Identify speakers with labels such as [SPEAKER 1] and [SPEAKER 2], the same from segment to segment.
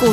[SPEAKER 1] 股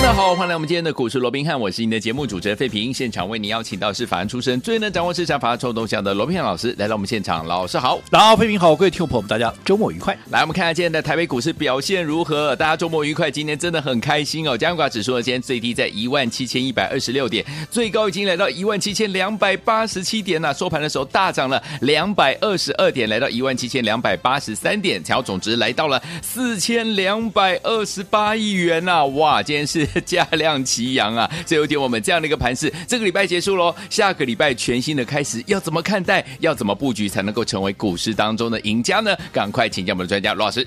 [SPEAKER 2] 大家好，欢迎来我们今天的股市罗宾汉，我是您的节目主持人费平。现场为您邀请到是法案出身、最能掌握市场法案臭动向的罗宾汉老师来到我们现场，老师好。
[SPEAKER 3] 老飞平好，各位听众朋友们，大家周末愉快。
[SPEAKER 2] 来，我们看看今天的台北股市表现如何？大家周末愉快，今天真的很开心哦。加权指数呢，今天最低在一万七千一百二十六点，最高已经来到一万七千两百八十七点了、收盘的时候大涨了两百二十二点，来到一万七千两百八十三点，然后总值来到了四千两百二十八亿元呐、哇，今天是价量齐扬啊， 这有点我们这样的一个盘势，这个礼拜结束喽，下个礼拜全新的开始，要怎么看待？要怎么布局才能够成为股市当中的赢家呢？赶快请教我们的专家罗老师。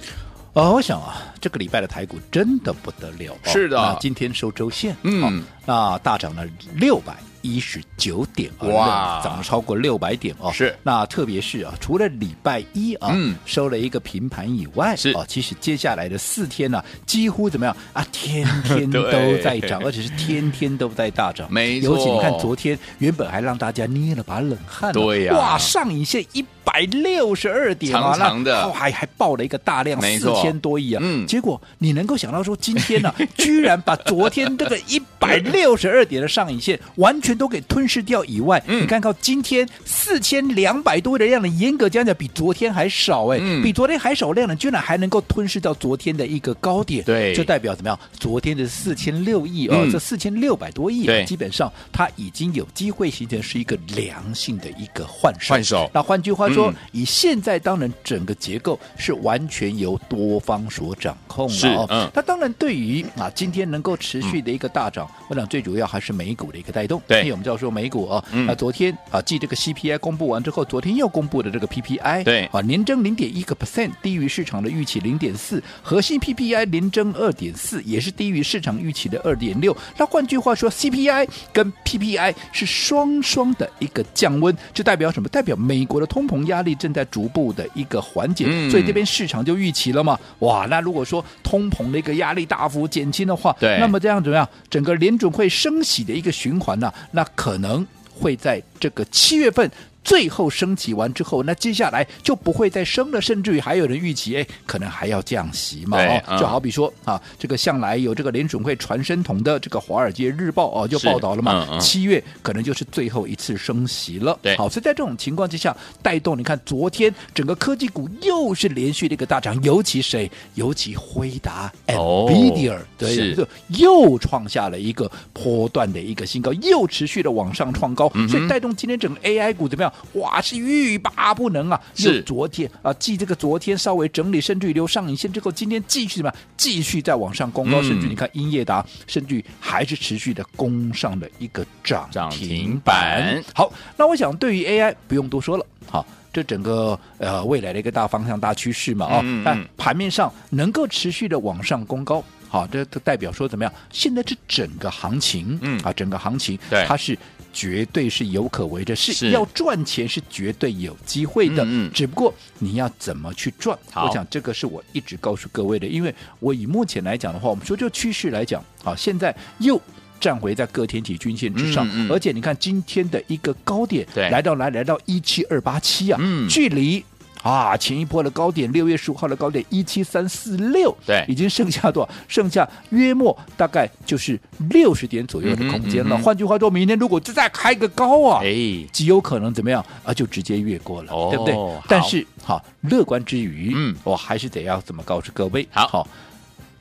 [SPEAKER 3] 呃，我想啊，这个礼拜的台股真的不得了、哦。
[SPEAKER 2] 是的
[SPEAKER 3] 那今天收周线，
[SPEAKER 2] 嗯
[SPEAKER 3] 哦那大涨了六百一十九点，呃
[SPEAKER 2] 哇
[SPEAKER 3] 涨了超过六百点哦。
[SPEAKER 2] 是
[SPEAKER 3] 那特别是啊，除了礼拜一啊，
[SPEAKER 2] 嗯
[SPEAKER 3] 收了一个平盘以外，
[SPEAKER 2] 是
[SPEAKER 3] 哦，其实接下来的四天呢、几乎怎么样啊，天 天
[SPEAKER 2] 对
[SPEAKER 3] 都在涨，而且是天天都在大涨。
[SPEAKER 2] 没
[SPEAKER 3] 尤其你看
[SPEAKER 2] 错
[SPEAKER 3] 昨天原本还让大家捏了把冷汗哦、
[SPEAKER 2] 对呀
[SPEAKER 3] 哇，上影线一百六十二点啊，
[SPEAKER 2] 长长的
[SPEAKER 3] 那后还还爆了一个大量
[SPEAKER 2] 没
[SPEAKER 3] 四
[SPEAKER 2] 错
[SPEAKER 3] 千多亿啊，
[SPEAKER 2] 嗯
[SPEAKER 3] 结果你能够想到说，今 天呢、居然把昨天这个一百六十二点的上影线完全都给吞噬掉以外，
[SPEAKER 2] 嗯
[SPEAKER 3] 你看到今天四千两百多的量呢，严格讲讲比昨天还少哎、
[SPEAKER 2] 嗯
[SPEAKER 3] 比昨天还少量呢，居然还能够吞噬到昨天的一个高点，
[SPEAKER 2] 对
[SPEAKER 3] 就代表怎么样？昨天的四千六亿哦，
[SPEAKER 2] 嗯
[SPEAKER 3] 这四千六百多亿、
[SPEAKER 2] 对
[SPEAKER 3] 啊，基本上它已经有机会形成是一个良性的一个换手，
[SPEAKER 2] 换手
[SPEAKER 3] 那换句话说，
[SPEAKER 2] 嗯
[SPEAKER 3] 以现在当然整个结构是完全由多方所掌控
[SPEAKER 2] 是
[SPEAKER 3] 了哦。
[SPEAKER 2] 嗯
[SPEAKER 3] 那当然对于啊今天能够持续的一个大涨，我想最主要还是美股的一个带动。
[SPEAKER 2] 嗯对
[SPEAKER 3] 因为我们知道说美股啊，
[SPEAKER 2] 嗯
[SPEAKER 3] 那昨天啊继这个 CPI 公布完之后，昨天又公布的这个 PPI，
[SPEAKER 2] 对
[SPEAKER 3] 啊年增零点一个 percent，低于市场的预期零点四，核心 PPI 年增二点四，也是低于市场预期的二点六。那换句话说，CPI 跟 PPI 是双双的一个降温，这代表什么？代表美国的通膨压力正在逐步的一个缓解，
[SPEAKER 2] 嗯
[SPEAKER 3] 所以这边市场就预期了嘛。哇，那如果说通膨的一个压力大幅减轻的话，
[SPEAKER 2] 对
[SPEAKER 3] 那么这样怎么样？整个联准会升息的一个循环呢、那可能会在这个七月份。最后升级完之后，那接下来就不会再升了，甚至于还有人预期，哎，可能还要降息嘛，哦
[SPEAKER 2] 对嗯
[SPEAKER 3] 就好比说啊，这个向来有这个联准会传声筒的这个《华尔街日报》哦，就是报道了嘛，
[SPEAKER 2] 嗯嗯
[SPEAKER 3] 七月可能就是最后一次升息了。
[SPEAKER 2] 对
[SPEAKER 3] 好，所以在这种情况之下，带动你看昨天整个科技股又是连续的一个大涨，尤其谁？尤其辉达、
[SPEAKER 2] 哦
[SPEAKER 3] NVIDIA，、
[SPEAKER 2] 是
[SPEAKER 3] 对，就又创下了一个波段的一个新高，又持续的往上创高，
[SPEAKER 2] 嗯哼
[SPEAKER 3] 所以带动今天整个 AI 股怎么样？哇，是欲罢不能啊！
[SPEAKER 2] 是
[SPEAKER 3] 又昨天啊，继这个昨天稍微整理，甚至于留上影线之后，今天继续怎么样？继续再往上攻高，
[SPEAKER 2] 嗯
[SPEAKER 3] 甚至你看英业达，甚至于还是持续的攻上了一个涨
[SPEAKER 2] 涨停
[SPEAKER 3] 停
[SPEAKER 2] 板
[SPEAKER 3] 板。好，那我想对于 AI 不用多说了，好。这整个呃未来的一个大方向、大趋势嘛，哦
[SPEAKER 2] 嗯嗯，
[SPEAKER 3] 那盘面上能够持续的往上攻高，好，这这代表说怎么样？现在这整个行情，
[SPEAKER 2] 嗯
[SPEAKER 3] 啊，整个行情
[SPEAKER 2] 对
[SPEAKER 3] 它是绝对是有可为的，是
[SPEAKER 2] 是
[SPEAKER 3] 要赚钱是绝对有机会的，
[SPEAKER 2] 嗯嗯
[SPEAKER 3] 只不过你要怎么去赚？
[SPEAKER 2] 好
[SPEAKER 3] 我想这个是我一直告诉各位的，因为我以目前来讲的话，我们说就趋势来讲，好，现在又。站回在各天体均线之上，
[SPEAKER 2] 嗯嗯
[SPEAKER 3] 而且你看今天的一个高点
[SPEAKER 2] 对
[SPEAKER 3] 来到来来到一七二八七啊，
[SPEAKER 2] 嗯
[SPEAKER 3] 距离啊前一波的高点六月十五号的高点一七三四六，
[SPEAKER 2] 对
[SPEAKER 3] 已经剩下多少？剩下约莫大概就是六十点左右的空间
[SPEAKER 2] 嗯
[SPEAKER 3] 了。
[SPEAKER 2] 哼嗯哼
[SPEAKER 3] 换句话说，明天如果再开个高啊，
[SPEAKER 2] 哎，
[SPEAKER 3] 极有可能怎么样啊，就直接越过了，
[SPEAKER 2] 哦
[SPEAKER 3] 对不对
[SPEAKER 2] 好？
[SPEAKER 3] 但是好，乐观之余，
[SPEAKER 2] 嗯
[SPEAKER 3] 我还是得要怎么告诉各位，
[SPEAKER 2] 好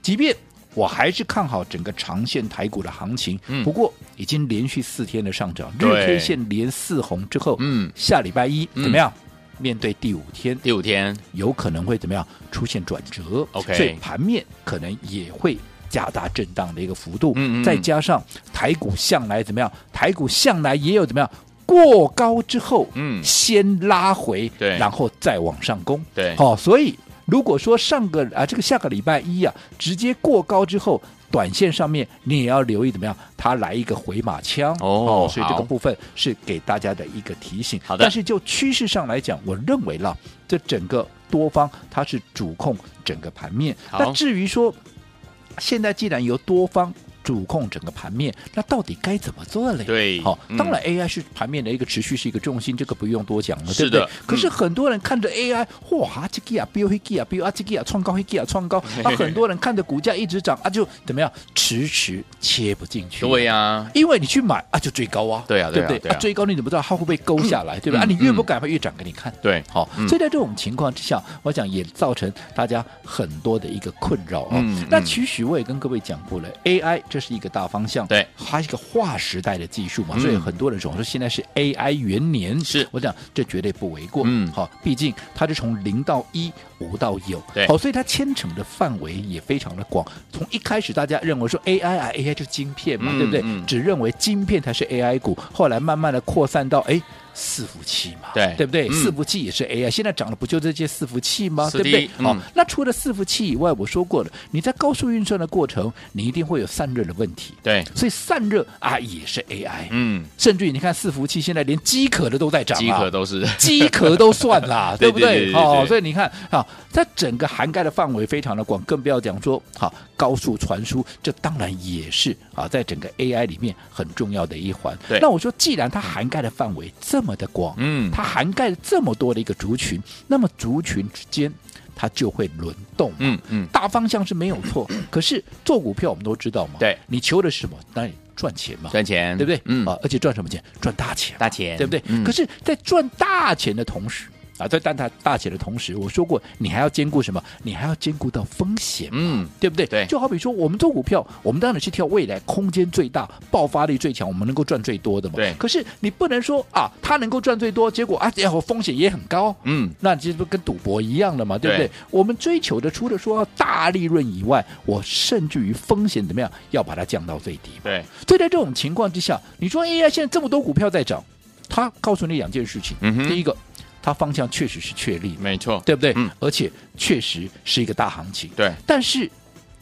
[SPEAKER 3] 即便。我还是看好整个长线台股的行情，
[SPEAKER 2] 嗯
[SPEAKER 3] 不过已经连续四天的上涨，日
[SPEAKER 2] 对
[SPEAKER 3] K 线连四红之后，
[SPEAKER 2] 嗯
[SPEAKER 3] 下礼拜一
[SPEAKER 2] 嗯
[SPEAKER 3] 怎么样？面对第五天，
[SPEAKER 2] 第五天
[SPEAKER 3] 有可能会怎么样出现转折
[SPEAKER 2] OK
[SPEAKER 3] 所以盘面可能也会加大震荡的一个幅度，
[SPEAKER 2] 嗯嗯嗯
[SPEAKER 3] 再加上台股向来怎么样，台股向来也有怎么样过高之后，
[SPEAKER 2] 嗯
[SPEAKER 3] 先拉回，
[SPEAKER 2] 对
[SPEAKER 3] 然后再往上攻，
[SPEAKER 2] 对
[SPEAKER 3] 好、所以如果说上个啊这个下个礼拜一啊，直接过高之后。短线上面你也要留意怎么样，它来一个回马枪
[SPEAKER 2] 哦
[SPEAKER 3] 所以这
[SPEAKER 2] 好
[SPEAKER 3] 个部分是给大家的一个提醒。
[SPEAKER 2] 好的
[SPEAKER 3] 但是就趋势上来讲，我认为啦，这整个多方它是主控整个盘面。
[SPEAKER 2] 好
[SPEAKER 3] 那至于说现在既然由多方。主控整个盘面，那到底该怎么做嘞？
[SPEAKER 2] 对
[SPEAKER 3] 好，
[SPEAKER 2] 嗯
[SPEAKER 3] 当然 AI 是盘面的一个持续是一个重心，这个不用多讲了，
[SPEAKER 2] 是
[SPEAKER 3] 对
[SPEAKER 2] 的
[SPEAKER 3] 不对？可是
[SPEAKER 2] 嗯
[SPEAKER 3] 很多人看着 AI，哇，这个啊，飙黑个啊，飙啊，这个啊，创高黑个啊，创高，啊，很多人看着股价一直涨啊，就怎么样，迟迟切不进去。
[SPEAKER 2] 对呀、
[SPEAKER 3] 因为你去买啊，就追高啊，
[SPEAKER 2] 对啊对啊
[SPEAKER 3] 不对？
[SPEAKER 2] 对啊
[SPEAKER 3] 追高你怎么知道它会不会勾下来，对吧？啊，
[SPEAKER 2] 嗯
[SPEAKER 3] 你越不敢，它越涨给你看。
[SPEAKER 2] 对
[SPEAKER 3] 好，
[SPEAKER 2] 嗯
[SPEAKER 3] 所以在这种情况之下，我想也造成大家很多的一个困扰哦。
[SPEAKER 2] 嗯
[SPEAKER 3] 那
[SPEAKER 2] 嗯
[SPEAKER 3] 其实我也跟各位讲过了，AI 这是一个大方向，
[SPEAKER 2] 对
[SPEAKER 3] 它是一个划时代的技术嘛，
[SPEAKER 2] 嗯
[SPEAKER 3] 所以很多人总说现在是 AI 元年，
[SPEAKER 2] 是
[SPEAKER 3] 我讲这绝对不为过。
[SPEAKER 2] 嗯
[SPEAKER 3] 好，毕竟它是从零到一，无到有，
[SPEAKER 2] 对
[SPEAKER 3] 好，所以它牵扯的范围也非常的广。从一开始大家认为说 AI 啊，AI 就是晶片嘛，
[SPEAKER 2] 嗯
[SPEAKER 3] 对不对？
[SPEAKER 2] 嗯
[SPEAKER 3] 只认为晶片才是 AI 股，后来慢慢的扩散到哎。伺服器嘛，
[SPEAKER 2] 对
[SPEAKER 3] 对不对？
[SPEAKER 2] 嗯
[SPEAKER 3] 伺服器也是 AI，现在涨的不就这些伺服器吗？
[SPEAKER 2] 是
[SPEAKER 3] 对
[SPEAKER 2] 的
[SPEAKER 3] 不对？
[SPEAKER 2] 嗯
[SPEAKER 3] 好，那除了伺服器以外，我说过了，你在高速运算的过程，你一定会有散热的问题，
[SPEAKER 2] 对，
[SPEAKER 3] 所以散热啊也是 AI，、
[SPEAKER 2] 嗯，
[SPEAKER 3] 甚至于你看伺服器现在连机壳的都在涨、啊，
[SPEAKER 2] 饥渴都是
[SPEAKER 3] 机壳都算啦，
[SPEAKER 2] 对
[SPEAKER 3] 对不
[SPEAKER 2] 对对对
[SPEAKER 3] 对？
[SPEAKER 2] 对
[SPEAKER 3] 哦
[SPEAKER 2] 对，
[SPEAKER 3] 所以你看啊，它整个涵盖的范围非常的广，更不要讲说好高速传输，这当然也是啊，在整个 AI 里面很重要的一环
[SPEAKER 2] 对。
[SPEAKER 3] 那我说，既然它涵盖的范围这么的广，
[SPEAKER 2] 嗯
[SPEAKER 3] 它涵盖了这么多的一个族群，那么族群之间它就会轮动嘛，
[SPEAKER 2] 嗯嗯，
[SPEAKER 3] 大方向是没有错， 可是做股票我们都知道嘛，
[SPEAKER 2] 对
[SPEAKER 3] 你求的是什么？当然赚钱嘛，
[SPEAKER 2] 赚钱
[SPEAKER 3] 对不对？
[SPEAKER 2] 嗯，
[SPEAKER 3] 啊，而且赚什么钱？赚大钱嘛，
[SPEAKER 2] 大钱
[SPEAKER 3] 对不对？
[SPEAKER 2] 嗯
[SPEAKER 3] 可是，在赚大钱的同时。啊，在赚大大钱的同时，我说过，你还要兼顾什么？你还要兼顾到风险嘛，
[SPEAKER 2] 嗯
[SPEAKER 3] 对不对？
[SPEAKER 2] 对
[SPEAKER 3] 就好比说，我们做股票，我们当然是挑未来空间最大、爆发力最强，我们能够赚最多的嘛。
[SPEAKER 2] 对
[SPEAKER 3] 可是你不能说啊，它能够赚最多，结果啊，然后风险也很高，
[SPEAKER 2] 嗯，
[SPEAKER 3] 那这不跟赌博一样了嘛，对不对？
[SPEAKER 2] 对
[SPEAKER 3] 我们追求的除了说要大利润以外，我甚至于风险怎么样，要把它降到最低嘛。
[SPEAKER 2] 对，
[SPEAKER 3] 所以在这种情况之下，你说 AI 现在这么多股票在涨，它告诉你两件事情，
[SPEAKER 2] 嗯哼
[SPEAKER 3] 第一个，它方向确实是确立的，
[SPEAKER 2] 没错，
[SPEAKER 3] 对不对？
[SPEAKER 2] 嗯
[SPEAKER 3] 而且确实是一个大行情。
[SPEAKER 2] 对，
[SPEAKER 3] 但是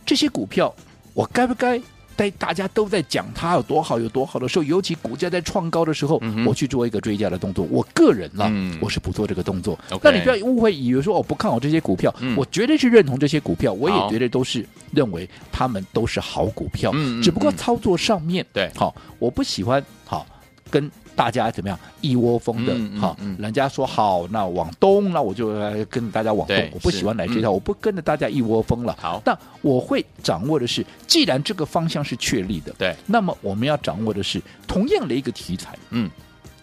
[SPEAKER 3] 这些股票，我该不该在大家都在讲它有多好有多好的时候，尤其股价在创高的时候，
[SPEAKER 2] 嗯哼
[SPEAKER 3] 我去做一个追加的动作？我个人啦，
[SPEAKER 2] 嗯
[SPEAKER 3] 我是不做这个动作。
[SPEAKER 2] OK
[SPEAKER 3] 那你不要误会，以为说哦我不看好这些股票，
[SPEAKER 2] 嗯
[SPEAKER 3] 我绝对是认同这些股票，我
[SPEAKER 2] 好
[SPEAKER 3] 也绝对都是认为他们都是好股票，
[SPEAKER 2] 嗯嗯
[SPEAKER 3] 只不过
[SPEAKER 2] 嗯
[SPEAKER 3] 操作上面，
[SPEAKER 2] 对
[SPEAKER 3] 好，我不喜欢好跟。大家怎么样一窝蜂的
[SPEAKER 2] 嗯嗯
[SPEAKER 3] 好
[SPEAKER 2] 嗯？
[SPEAKER 3] 人家说好，那往东，那我就来跟着大家往东
[SPEAKER 2] 对。
[SPEAKER 3] 我不
[SPEAKER 2] 是
[SPEAKER 3] 喜欢来这
[SPEAKER 2] 嗯
[SPEAKER 3] 套，我不跟着大家一窝蜂了。
[SPEAKER 2] 好，
[SPEAKER 3] 但我会掌握的是，既然这个方向是确立的，
[SPEAKER 2] 对，
[SPEAKER 3] 那么我们要掌握的是同样的一个题材，
[SPEAKER 2] 嗯，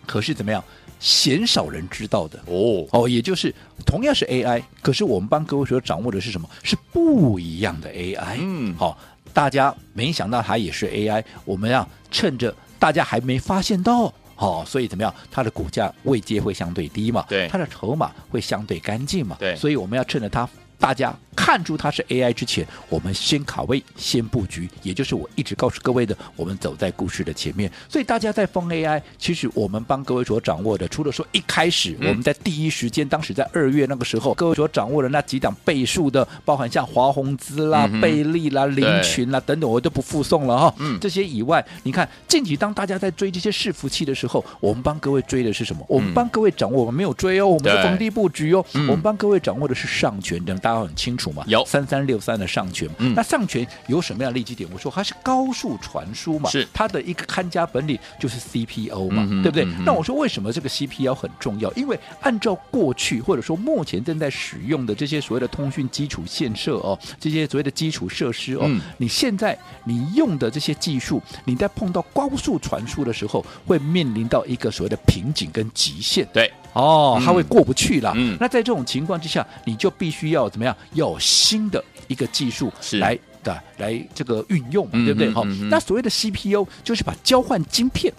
[SPEAKER 3] 可是怎么样，鲜少人知道的。
[SPEAKER 2] 哦，
[SPEAKER 3] 哦，也就是同样是 AI，可是我们帮各位所掌握的是什么？是不一样的 AI。
[SPEAKER 2] 嗯
[SPEAKER 3] 好、大家没想到它也是 AI，我们要趁着大家还没发现到。好、所以怎么样？它的股价位阶会相对低嘛，
[SPEAKER 2] 对
[SPEAKER 3] 它的筹码会相对干净嘛，
[SPEAKER 2] 对
[SPEAKER 3] 所以我们要趁着它大家看出它是 AI 之前，我们先卡位，先布局，也就是我一直告诉各位的，我们走在故事的前面。所以大家在封 AI，其实我们帮各位所掌握的，除了说一开始
[SPEAKER 2] 嗯
[SPEAKER 3] 我们在第一时间，当时在二月那个时候，各位所掌握的那几档倍数的，包含像华宏资啦、
[SPEAKER 2] 嗯哼
[SPEAKER 3] 贝利啦、林
[SPEAKER 2] 对
[SPEAKER 3] 群啦等等，我就不附送了哈、
[SPEAKER 2] 嗯
[SPEAKER 3] 这些以外，你看近期当大家在追这些伺服器的时候，我们帮各位追的是什么？我们帮各位掌握，我们没有追哦，我们
[SPEAKER 2] 对
[SPEAKER 3] 是逢低布局哦，
[SPEAKER 2] 嗯
[SPEAKER 3] 我们帮各位掌握的是上权，这样大家很清楚嘛？
[SPEAKER 2] 有
[SPEAKER 3] 三三六三的上权，
[SPEAKER 2] 嗯
[SPEAKER 3] 那上权有什么样的利基点？我说它是高速传输嘛，
[SPEAKER 2] 是
[SPEAKER 3] 它的一个看家本领就是 CPO 嘛，
[SPEAKER 2] 嗯哼
[SPEAKER 3] 对不对？
[SPEAKER 2] 嗯哼
[SPEAKER 3] 那我说为什么这个 CPO 很重要？因为按照过去或者说目前正在使用的这些所谓的通讯基础建设哦，这些所谓的基础设施哦，
[SPEAKER 2] 嗯
[SPEAKER 3] 你现在你用的这些技术，你在碰到高速传输的时候，会面临到一个所谓的瓶颈跟极限。
[SPEAKER 2] 对，
[SPEAKER 3] 哦，
[SPEAKER 2] 嗯
[SPEAKER 3] 它会过不去了。
[SPEAKER 2] 嗯
[SPEAKER 3] 那在这种情况之下，你就必须要怎么样？要有新的一个技术
[SPEAKER 2] 是
[SPEAKER 3] 来的来这个运用嘛，
[SPEAKER 2] 嗯哼
[SPEAKER 3] 对不对？好、
[SPEAKER 2] 嗯哼
[SPEAKER 3] 那所谓的 CPU 就是把交换晶片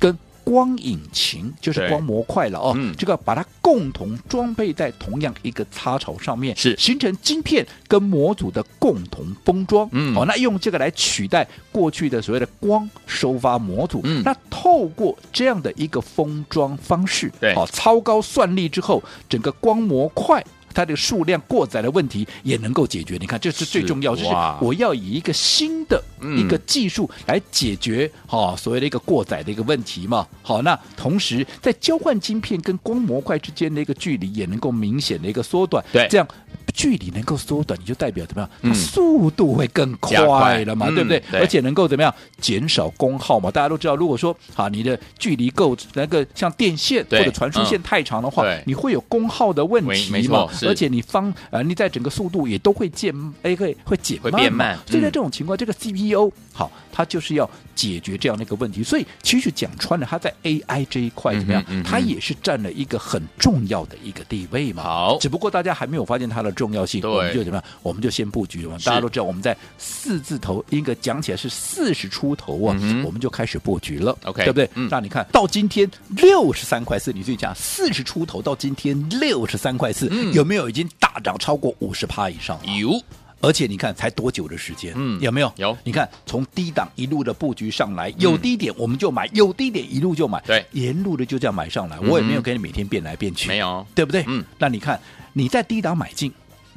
[SPEAKER 3] 跟光引擎，就是
[SPEAKER 2] 对
[SPEAKER 3] 光模块了哦
[SPEAKER 2] 嗯，
[SPEAKER 3] 这个把它共同装配在同样一个插槽上面，
[SPEAKER 2] 是
[SPEAKER 3] 形成晶片跟模组的共同封装。哦
[SPEAKER 2] 嗯
[SPEAKER 3] 好、那用这个来取代过去的所谓的光收发模组。
[SPEAKER 2] 嗯
[SPEAKER 3] 那透过这样的一个封装方式，
[SPEAKER 2] 对
[SPEAKER 3] 好、超高算力之后，整个光模块。它的数量过载的问题也能够解决。你看，这是最
[SPEAKER 2] 是
[SPEAKER 3] 重要，就是
[SPEAKER 2] 哇
[SPEAKER 3] 我要以一个新的
[SPEAKER 2] 嗯
[SPEAKER 3] 一个技术来解决哈、所谓的一个过载的一个问题嘛。好，那同时在交换晶片跟光模块之间的一个距离也能够明显的一个缩短，
[SPEAKER 2] 对
[SPEAKER 3] 这样。距离能够缩短，你就代表怎么样？
[SPEAKER 2] 嗯
[SPEAKER 3] 它速度会更
[SPEAKER 2] 加快
[SPEAKER 3] 快了嘛，
[SPEAKER 2] 嗯
[SPEAKER 3] 对不对？
[SPEAKER 2] 对
[SPEAKER 3] 而且能够怎么样减少功耗嘛？大家都知道，如果说啊你的距离够那个像电线或
[SPEAKER 2] 对嗯
[SPEAKER 3] 者传输线太长的话
[SPEAKER 2] 对，
[SPEAKER 3] 你会有功耗的问
[SPEAKER 2] 没没
[SPEAKER 3] 题嘛
[SPEAKER 2] 错？是
[SPEAKER 3] 而且你方呃你在整个速度也都会减哎会会减
[SPEAKER 2] 会
[SPEAKER 3] 慢
[SPEAKER 2] 变
[SPEAKER 3] 嘛
[SPEAKER 2] 慢
[SPEAKER 3] 所以在
[SPEAKER 2] 嗯
[SPEAKER 3] 这种情况，这个 CPU 好，它就是要解决这样的一个问题。所以其实讲穿了，它在 AI 这一块怎么样
[SPEAKER 2] 嗯哼嗯哼，
[SPEAKER 3] 它也是占了一个很重要的一个地位嘛。
[SPEAKER 2] 好
[SPEAKER 3] 只不过大家还没有发现它的重要性，
[SPEAKER 2] 哦对
[SPEAKER 3] 我们就怎么样，我们就先布局了嘛。
[SPEAKER 2] 是
[SPEAKER 3] 大家都知道我们在四字头，应该讲起来是四十出头啊
[SPEAKER 2] 嗯，哼
[SPEAKER 3] 我们就开始布局了
[SPEAKER 2] OK，
[SPEAKER 3] 对不对
[SPEAKER 2] 嗯？
[SPEAKER 3] 那你看到今天六十三块四，你自己讲四十出头到今天六十三块四，
[SPEAKER 2] 嗯
[SPEAKER 3] 有没有已经大涨超过五十趴以上了？
[SPEAKER 2] 有
[SPEAKER 3] 而且你看才多久的时间，
[SPEAKER 2] 嗯
[SPEAKER 3] 有没有？
[SPEAKER 2] 有嗯
[SPEAKER 3] 你看从低档一路的布局上来，有低点我们就买，有低点一路就买，
[SPEAKER 2] 对嗯
[SPEAKER 3] 沿路的就这样买上来，
[SPEAKER 2] 哼
[SPEAKER 3] 我也没有给你每天变来变去，
[SPEAKER 2] 没，有？
[SPEAKER 3] 对不对？
[SPEAKER 2] 嗯，
[SPEAKER 3] 那你看你在低档买进，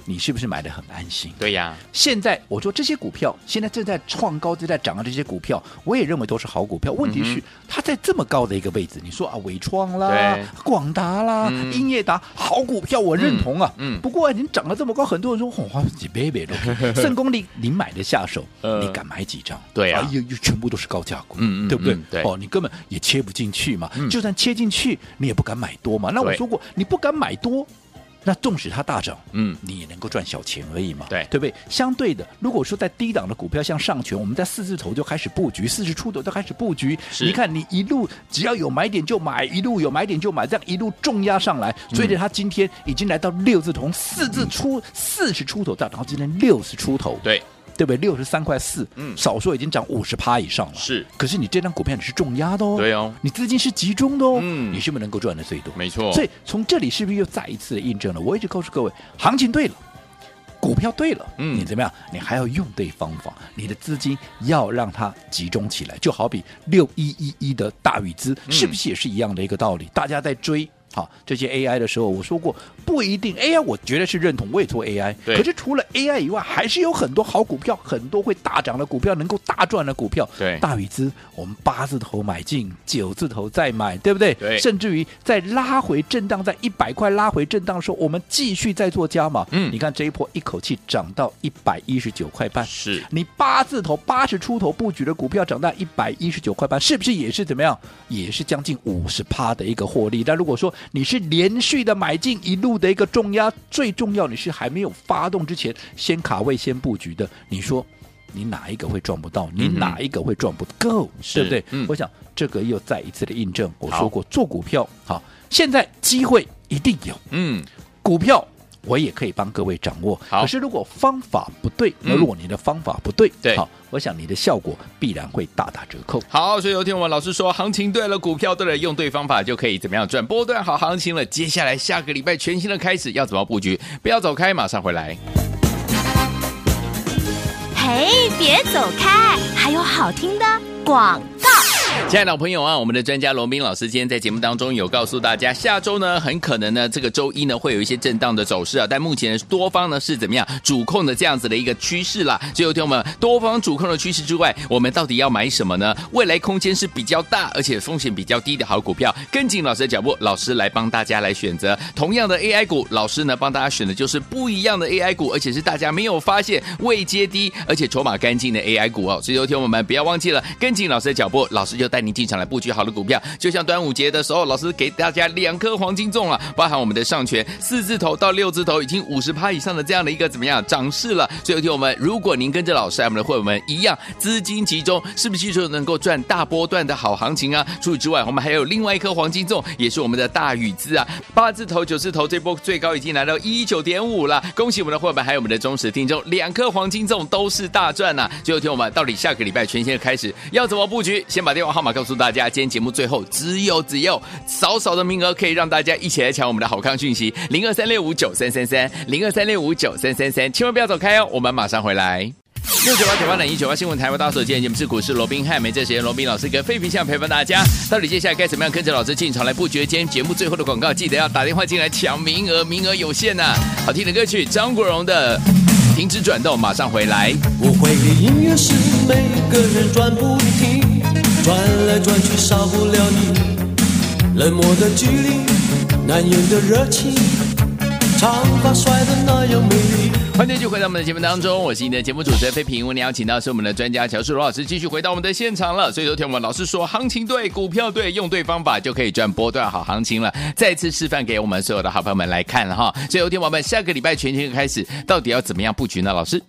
[SPEAKER 3] 你是不是买的很安心？
[SPEAKER 2] 对呀，
[SPEAKER 3] 现在我说这些股票现在正在创高、正在涨的这些股票，我也认为都是好股票。问题
[SPEAKER 2] 嗯
[SPEAKER 3] 是、它在这么高的一个位置，你说啊，伟创啦
[SPEAKER 2] 对、
[SPEAKER 3] 广达啦、
[SPEAKER 2] 嗯
[SPEAKER 3] 英业达好股票，我认同啊。
[SPEAKER 2] 嗯嗯嗯
[SPEAKER 3] 不过、啊、您涨了这么高，很多人说恐怕几倍倍都。 盛功你你买的下手，
[SPEAKER 2] 呃
[SPEAKER 3] 你敢买几张？哎
[SPEAKER 2] 对啊
[SPEAKER 3] 又又全部都是高价股，
[SPEAKER 2] 嗯嗯
[SPEAKER 3] 对不对、
[SPEAKER 2] 嗯对嗯
[SPEAKER 3] 哦，你根本也切不进去嘛、就算切进去，你也不敢买多嘛。那我
[SPEAKER 2] 对
[SPEAKER 3] 说过，你不敢买多，那纵使它大涨，
[SPEAKER 2] 嗯，
[SPEAKER 3] 你也能够赚小钱而已嘛，
[SPEAKER 2] 对
[SPEAKER 3] 对不对？相对的，如果说在低档的股票，像上权，我们在四字头就开始布局，四十出头就开始布局。
[SPEAKER 2] 是
[SPEAKER 3] 你看，你一路只要有买点就买，一路有买点就买，这样一路重压上来，
[SPEAKER 2] 嗯
[SPEAKER 3] 所以它今天已经来到六字头，四字出四十出头大，然后今天六十出头，
[SPEAKER 2] 对，
[SPEAKER 3] 对不对？六十三块四，
[SPEAKER 2] 嗯
[SPEAKER 3] 少说已经涨五十趴以上了。
[SPEAKER 2] 是
[SPEAKER 3] 可是你这张股票你是重压的哦，
[SPEAKER 2] 对哦
[SPEAKER 3] 你资金是集中的哦，
[SPEAKER 2] 嗯
[SPEAKER 3] 你是不是能够赚的最多？
[SPEAKER 2] 没错，
[SPEAKER 3] 所以从这里是不是又再一次的印证了？我一直告诉各位，行情对了。股票对了，
[SPEAKER 2] 嗯
[SPEAKER 3] 你怎么样？你还要用对方法，你的资金要让它集中起来，就好比六一一一的大禹资，
[SPEAKER 2] 嗯
[SPEAKER 3] 是不是也是一样的一个道理？大家在追好这些 AI 的时候，我说过不一定 AI，我觉得是认同，我也做 AI，
[SPEAKER 2] 对
[SPEAKER 3] 可是除了 AI 以外，还是有很多好股票，很多会大涨的股票，能够大赚的股票。
[SPEAKER 2] 对
[SPEAKER 3] 大禹资我们八字头买进，九字头再买，对不对？
[SPEAKER 2] 对
[SPEAKER 3] 甚至于在拉回震荡，在一百块拉回震荡的时候，我们继续再做加码。
[SPEAKER 2] 嗯
[SPEAKER 3] 你看这一波一口气涨到一百一十九块半，
[SPEAKER 2] 是
[SPEAKER 3] 你八字头八十出头布局的股票涨到一百一十九块半，是不是也是怎么样？也是将近五十趴的一个获利。但如果说你是连续的买进一路的一个重压，最重要你是还没有发动之前先卡位先布局的，你说你哪一个会赚不到？你
[SPEAKER 2] 嗯哼
[SPEAKER 3] 哪一个会赚不够？
[SPEAKER 2] 是
[SPEAKER 3] 对不对？
[SPEAKER 2] 嗯
[SPEAKER 3] 我想这个又再一次的印证，我
[SPEAKER 2] 好
[SPEAKER 3] 说过做股票好，现在机会一定有。
[SPEAKER 2] 嗯，
[SPEAKER 3] 股票。我也可以帮各位掌握，
[SPEAKER 2] 好
[SPEAKER 3] 可是如果方法不对，
[SPEAKER 2] 嗯
[SPEAKER 3] 那如果你的方法不对，
[SPEAKER 2] 对
[SPEAKER 3] 好，我想你的效果必然会大打折扣。
[SPEAKER 2] 好，所以有天我们老师说，行情对了，股票对了，用对方法就可以怎么样赚波段好行情了。接下来下个礼拜全新的开始，要怎么布局？不要走开，马上回来。
[SPEAKER 1] 嘿，别走开，还有好听的广告。
[SPEAKER 2] 亲爱的朋友啊，我们的专家罗斌老师今天在节目当中有告诉大家，下周呢很可能呢这个周一呢会有一些震荡的走势啊，但目前多方呢是怎么样主控的这样子的一个趋势啦。所以有听我们多方主控的趋势之外，我们到底要买什么呢？未来空间是比较大，而且风险比较低的好股票，跟紧老师的脚步，老师来帮大家来选择。同样的 AI 股，老师呢帮大家选的就是不一样的 AI 股，而且是大家没有发现未接低，而且筹码干净的 AI 股哦。所以有听我们不要忘记了跟紧老师的脚步，老师就带您进场来布局好的股票。就像端午节的时候，老师给大家两颗黄金粽了，包含我们的上权四字头到六字头，已经五十趴以上的这样的一个怎么样涨势了。所以有听我们，如果您跟着老师，还有我们的会员们一样资金集中，是不是就能够赚大波段的好行情啊？除此之外，我们还有另外一颗黄金粽，也是我们的大禹资啊，八字头、九字头这波最高已经来到一九点五了。恭喜我们的会员们，还有我们的忠实听众，两颗黄金粽都是大赚呐、最后听我们到底下个礼拜全新的开始要怎么布局？先把电话号码告诉大家。今天节目最后只有只有少少的名额，可以让大家一起来抢我们的好康讯息，零二三六五九三三三，零二三六五九三三三，千万不要走开哦，我们马上回来。六九八九八零一九八新闻台湾大家所见节目是股市罗宾汉，没这时间罗宾老师跟费平相陪伴大家。到底接下来该怎么样跟着老师进场来布局？今天节目最后的广告，记得要打电话进来抢名额，名额有限呐、好听的歌曲，张国荣的《停止转动》，马上回来。
[SPEAKER 4] 我会的音乐是每个人转不停，转来转去少不了你。冷漠的距离，难言的热情，长发甩得那样美丽。
[SPEAKER 2] 欢迎继续回到我们的节目当中，我是你的节目主持人费平。我们邀请到是我们的专家乔世罗老师，继续回到我们的现场了。所以昨天我们老师说，行情对，股票对，用对方法就可以赚波段好行情了。再次示范给我们所有的好朋友们来看了哈。所以有天我们下个礼拜全新的开始，到底要怎么样布局呢？老师，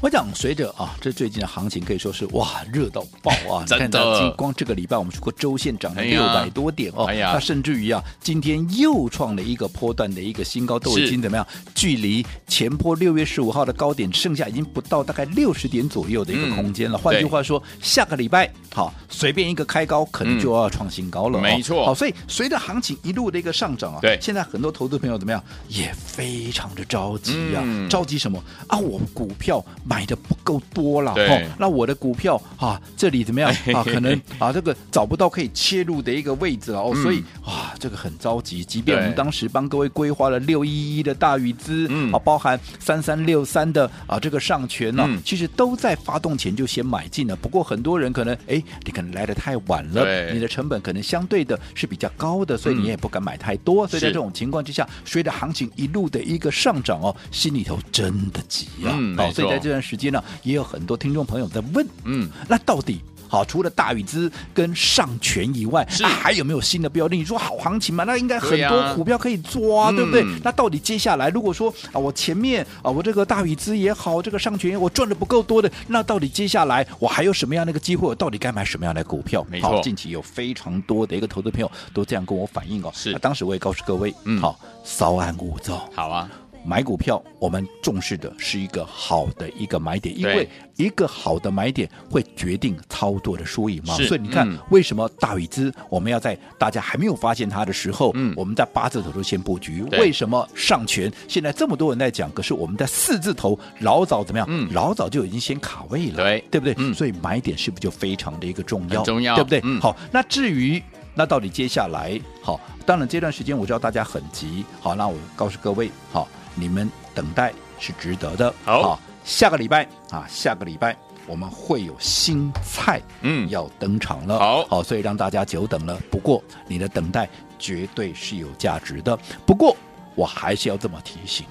[SPEAKER 3] 我讲，随着啊，这最近的行情可以说是哇，热到爆 啊！
[SPEAKER 2] 真的
[SPEAKER 3] 你看到今光这个礼拜我们去过周线涨了
[SPEAKER 2] 哎
[SPEAKER 3] 六
[SPEAKER 2] 呀
[SPEAKER 3] 百多点哦，
[SPEAKER 2] 哎呀
[SPEAKER 3] 那甚至于啊，今天又创了一个波段的一个新高，都
[SPEAKER 2] 是
[SPEAKER 3] 已经怎么样？距离前波六月十五号的高点剩下已经不到大概六十点左右的一个
[SPEAKER 2] 嗯
[SPEAKER 3] 空间了。换句
[SPEAKER 2] 对
[SPEAKER 3] 话说，下个礼拜好，随便一个开高可能
[SPEAKER 2] 嗯
[SPEAKER 3] 就要创新高了、哦
[SPEAKER 2] 没错
[SPEAKER 3] 好，所以随着行情一路的一个上涨啊，
[SPEAKER 2] 对
[SPEAKER 3] 现在很多投资朋友怎么样也非常的着急啊，
[SPEAKER 2] 嗯
[SPEAKER 3] 着急什么啊？我股票买的不够多了，
[SPEAKER 2] 对
[SPEAKER 3] 哦，那我的股票啊，这里怎 么样
[SPEAKER 2] 嘿嘿
[SPEAKER 3] 啊？
[SPEAKER 2] 嘿
[SPEAKER 3] 可能啊，这个找不到可以切入的一个位置了哦，
[SPEAKER 2] 嗯
[SPEAKER 3] 所以啊，这个很着急。即便
[SPEAKER 2] 对
[SPEAKER 3] 我们当时帮各位规划了六一一的大禹资，
[SPEAKER 2] 嗯
[SPEAKER 3] 啊，包含三三六三的啊这个上权呢、
[SPEAKER 2] 嗯
[SPEAKER 3] 其实都在发动前就先买进了。不过很多人可能哎，你可能来的太晚
[SPEAKER 2] 对
[SPEAKER 3] 了，你的成本可能相对的是比较高的，所以
[SPEAKER 2] 嗯
[SPEAKER 3] 你也不敢买太多。所以在
[SPEAKER 2] 是
[SPEAKER 3] 这种情况之下，随着行情一路的一个上涨哦，心里头真的急啊！
[SPEAKER 2] 嗯没
[SPEAKER 3] 哦，
[SPEAKER 2] 错
[SPEAKER 3] 所以在这段时间呢，也有很多听众朋友在问，
[SPEAKER 2] 嗯，
[SPEAKER 3] 那到底？好，除了大禹资跟上权以外，
[SPEAKER 2] 是
[SPEAKER 3] 那还有没有新的标的？你说好行情嘛？那应该很
[SPEAKER 2] 对呀
[SPEAKER 3] 多股票可以抓，
[SPEAKER 2] 嗯
[SPEAKER 3] 对不对？那到底接下来，如果说啊，我前面啊，我这个大禹资也好，这个上权也好我赚的不够多的，那到底接下来我还有什么样的一个机会？我到底该买什么样的股票？
[SPEAKER 2] 没
[SPEAKER 3] 好
[SPEAKER 2] 错
[SPEAKER 3] 近期有非常多的一个投资朋友都这样跟我反映哦。
[SPEAKER 2] 是
[SPEAKER 3] 那当时我也告诉各位，
[SPEAKER 2] 嗯
[SPEAKER 3] 好，稍安勿躁。
[SPEAKER 2] 好啊，
[SPEAKER 3] 买股票，我们重视的是一个好的一个买点，因
[SPEAKER 2] 对
[SPEAKER 3] 为一个好的买点会决定操作的输赢嘛。
[SPEAKER 2] 是
[SPEAKER 3] 所以你看
[SPEAKER 2] 嗯，
[SPEAKER 3] 为什么大禹资我们要在大家还没有发现它的时候，
[SPEAKER 2] 嗯
[SPEAKER 3] 我们在八字头就先布局？
[SPEAKER 2] 对
[SPEAKER 3] 为什么上权现在这么多人在讲，可是我们在四字头老早怎么样？
[SPEAKER 2] 嗯
[SPEAKER 3] 老早就已经先卡位了，
[SPEAKER 2] 对
[SPEAKER 3] 对不对？
[SPEAKER 2] 嗯
[SPEAKER 3] 所以买点是不是就非常的一个重
[SPEAKER 2] 很
[SPEAKER 3] 要？
[SPEAKER 2] 重要
[SPEAKER 3] 对不对？
[SPEAKER 2] 嗯
[SPEAKER 3] 好，那至于。那到底接下来好？当然这段时间我知道大家很急，好，那我告诉各位，好，你们等待是值得的。
[SPEAKER 2] 好
[SPEAKER 3] 下个礼拜啊，下个礼拜我们会有新菜，
[SPEAKER 2] 嗯
[SPEAKER 3] 要登场了。
[SPEAKER 2] 好
[SPEAKER 3] 好，所以让大家久等了。不过你的等待绝对是有价值的。不过我还是要这么提醒，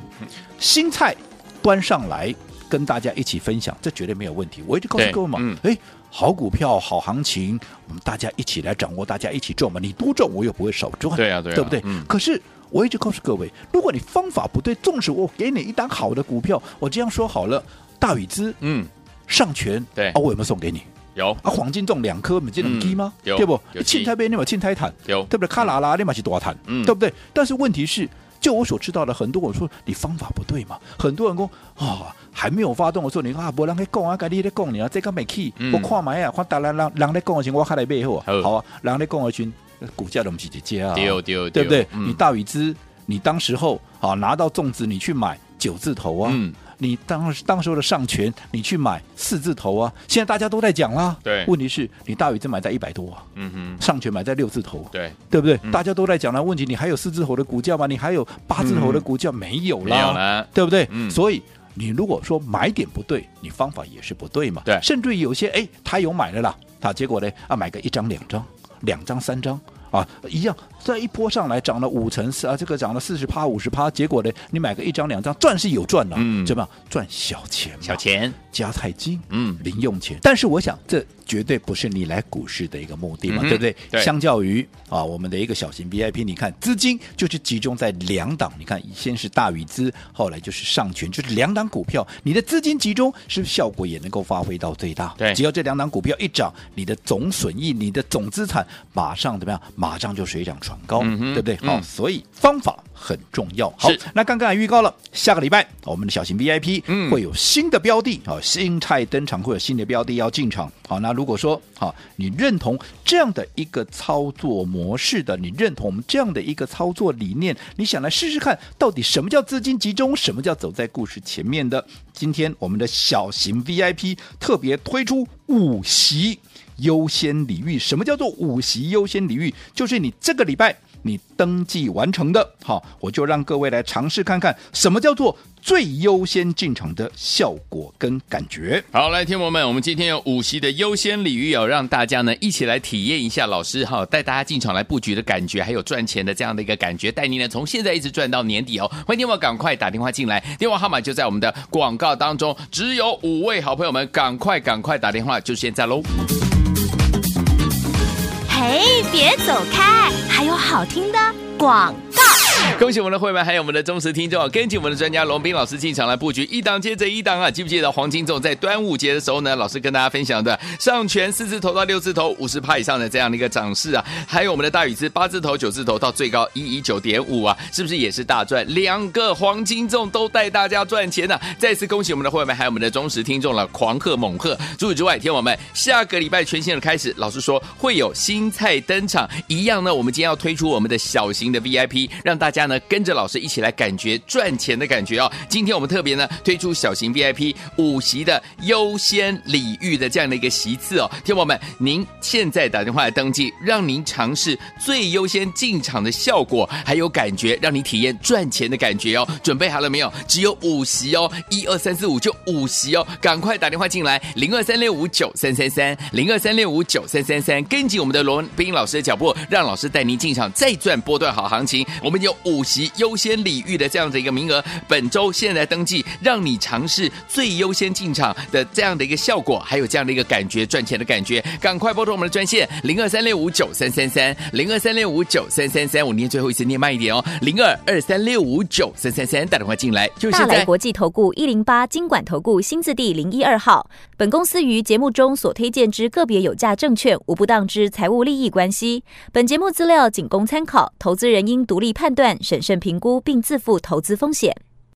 [SPEAKER 3] 新菜端上来跟大家一起分享，这绝对没有问题。我一直告诉
[SPEAKER 2] 对
[SPEAKER 3] 各位嘛
[SPEAKER 2] 嗯，
[SPEAKER 3] 哎、好股票、好行情，我们大家一起来掌握，大家一起赚嘛。你多赚，我又不会少赚，
[SPEAKER 2] 对啊对啊
[SPEAKER 3] 对不对？
[SPEAKER 2] 嗯
[SPEAKER 3] 可是。我一直告诉各位，如果你方法不对，纵使我给你一档好的股票，我这样说好了，大禹资
[SPEAKER 2] 嗯，
[SPEAKER 3] 上权，
[SPEAKER 2] 对
[SPEAKER 3] 啊，我有没有送给你？
[SPEAKER 2] 有
[SPEAKER 3] 啊，黄金中两颗，你这能低吗？
[SPEAKER 2] 嗯有
[SPEAKER 3] 对不？
[SPEAKER 2] 有
[SPEAKER 3] 你
[SPEAKER 2] 低
[SPEAKER 3] 青苔杯，你有青苔毯，
[SPEAKER 2] 有
[SPEAKER 3] 对不对？卡拉拉，你嘛是多毯，
[SPEAKER 2] 嗯
[SPEAKER 3] 对不对？但是问题是，就我所知道的，很多我说你方法不对嘛，很多人说啊还没有发动的时候，你看啊，没人在讲啊，该你在讲你啊，这个没去
[SPEAKER 2] 嗯，
[SPEAKER 3] 我看买啊，看大人人人在讲的时候，我看来背后啊
[SPEAKER 2] 好，
[SPEAKER 3] 好啊，人在讲的时候，股价都不是一接啊，
[SPEAKER 2] 丢丢，
[SPEAKER 3] 对不对？
[SPEAKER 2] 嗯
[SPEAKER 3] 你大禹资，你当时候啊拿到粽子，你去买九字头啊，
[SPEAKER 2] 嗯
[SPEAKER 3] 你当当时候的上权，你去买四字头啊，现在大家都在讲啦。
[SPEAKER 2] 对
[SPEAKER 3] 问题是你大禹资买在一百多啊，
[SPEAKER 2] 嗯哼，
[SPEAKER 3] 上权买在六字头啊，
[SPEAKER 2] 对，
[SPEAKER 3] 对不对？大家都在讲啦，问题你还有四字头的股价吗？你还有八字头的股价没有
[SPEAKER 2] 嗯没
[SPEAKER 3] 啦？
[SPEAKER 2] 有了，
[SPEAKER 3] 对不对？
[SPEAKER 2] 嗯
[SPEAKER 3] 所以你如果说买点不对，你方法也是不对嘛。
[SPEAKER 2] 对
[SPEAKER 3] 甚至于有些哎，他有买了啦，啊，结果呢啊，买个一张、两张、两张、三张。啊，一样，在一波上来涨了五成四啊，这个涨了四十趴、五十趴，结果呢，你买个一张两张，赚是有赚了，
[SPEAKER 2] 嗯
[SPEAKER 3] 怎么样？赚小钱嘛，
[SPEAKER 2] 小钱，
[SPEAKER 3] 加太金，
[SPEAKER 2] 嗯
[SPEAKER 3] 零用钱。但是我想，这绝对不是你来股市的一个目的嘛，
[SPEAKER 2] 嗯哼
[SPEAKER 3] 对不对？
[SPEAKER 2] 对
[SPEAKER 3] 相较于啊，我们的一个小型 VIP，你看资金就是集中在两档，你看先是大禹资，后来就是上权，就是两档股票，你的资金集中是不是效果也能够发挥到最大？
[SPEAKER 2] 对
[SPEAKER 3] 只要这两档股票一涨，你的总损益、你的总资产马上怎么样？马上就水涨船高，
[SPEAKER 2] 嗯哼
[SPEAKER 3] 对不对？好，
[SPEAKER 2] 嗯
[SPEAKER 3] 所以方法很重要。好
[SPEAKER 2] 是，
[SPEAKER 3] 那刚刚也预告了，下个礼拜我们的小型 VIP
[SPEAKER 2] 嗯
[SPEAKER 3] 会有新的标的啊、哦新菜登场会有新的标的要进场。好，那如果说好、你认同这样的一个操作模式的，你认同我们这样的一个操作理念，你想来试试看，到底什么叫资金集中，什么叫走在故事前面的？今天我们的小型 VIP 特别推出五席。优先礼遇。什么叫做五席优先礼遇？就是你这个礼拜你登记完成的，好，我就让各位来尝试看看什么叫做最优先进场的效果跟感觉。
[SPEAKER 2] 好，来，听众朋友们，我们今天有五席的优先礼遇哦，让大家呢一起来体验一下老师哈、带大家进场来布局的感觉，还有赚钱的这样的一个感觉，带您呢从现在一直赚到年底哦。欢迎我赶快打电话进来，电话号码就在我们的广告当中，只有五位好朋友们，赶快赶快打电话，就现在喽。
[SPEAKER 1] 嘿，别走开，还有好听的广告。
[SPEAKER 2] 恭喜我们的会员，还有我们的忠实听众，跟紧我们的专家龙斌老师进场来布局，一档接着一档啊！记不记得黄金总在端午节的时候呢，老师跟大家分享的上权四字头到六字头，五十趴以上的这样的一个涨势啊，还有我们的大禹资八字头、九字头到最高一一九点五啊，是不是也是大赚？两个黄金粽都带大家赚钱呢、再次恭喜我们的会员，还有我们的忠实听众了，狂贺猛贺！除此之外，天王们，下个礼拜全新的开始，老师说会有新菜登场，一样呢，我们今天要推出我们的小型的 VIP，让大家呢跟着老师一起来感觉赚钱的感觉哦。今天我们特别呢推出小型 VIP 五席的优先礼遇的这样的一个席次哦，天王们，您现在打电话来登记，让您尝试最优先进场的效果，还有感觉，让你体验赚钱的感觉哦。准备好了没有？只有五席哦，一二三四五就五席哦，赶快打电话进来，零二三六五九三三三，零二三六五九三三三，跟紧我们的罗斌老师的脚步，让老师带您进场再赚波段好行情。我们有五席优先礼遇的这样的一个名额，本周现在登记，让你尝试最优先进场的这样的一个效果，还有这样的一个感觉，赚钱的感觉。赶快拨通我们的专线零二三六五九三三三，零二三六五九三三三，我念最后一次，念慢一点哦，零二二三六五九三三三，打电话进来，就是
[SPEAKER 5] 大
[SPEAKER 2] 现
[SPEAKER 5] 来
[SPEAKER 2] 在。
[SPEAKER 5] 国际投顾一零八金管投顾新字第零一二号。本公司于节目中所推荐之个别有价证券，无不当之财务利益关系。本节目资料仅供参考，投资人应独立判断、审慎评估，并自负投资风险。